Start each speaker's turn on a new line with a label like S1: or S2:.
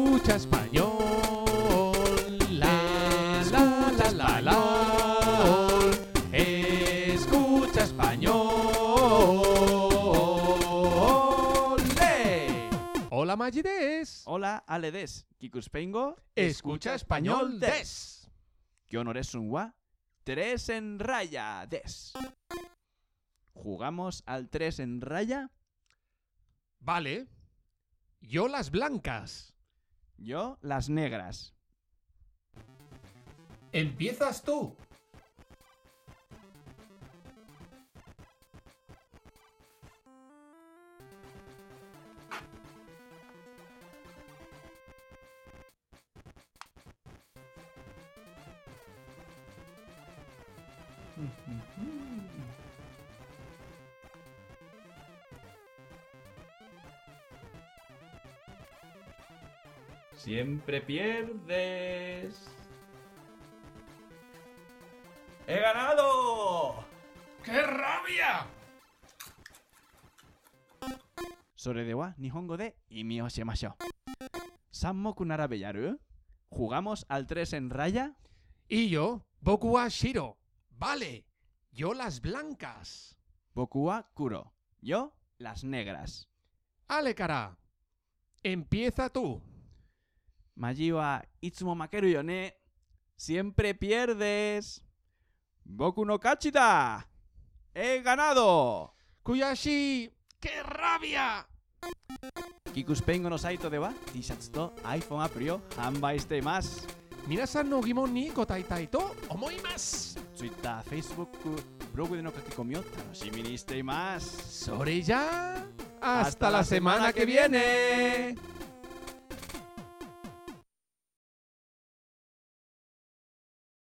S1: español. Escucha español. Escucha español. ¡Eh! Hola Magides.
S2: Hola, Ale Des. Kikuspengo.
S1: Escucha español des.
S2: Yo no eres un gua. Tres en raya des. ¿Jugamos al tres en raya?
S1: Vale. Yo las blancas.
S2: Yo las negras.
S3: Empiezas tú.
S4: Siempre pierdes. ¡He ganado!
S3: ¡Qué rabia!
S2: Sobre de wa nihongo de y mi oshimashou. Sammo kunara beyaru. ¿Jugamos al tres en raya?
S1: Y yo, Boku wa Shiro. Vale. Yo las blancas.
S2: Boku wa kuro. Yo las negras.
S1: Ale cara. Empieza tú.
S2: Maji wa itsumo makeru yo ne. Siempre pierdes. Boku no kachida. He ganado.
S1: Kuyashi. ¡Qué rabia!
S2: Kikuspengo no saito de wa T-shirts to iPhone app を販売しています。
S1: Minasan no gimon ni gotaitai to omoimasu.
S2: Twitter、Facebook、ブログでの書き込みを楽しみにしています。
S1: Sore ya. Hasta la semana que viene.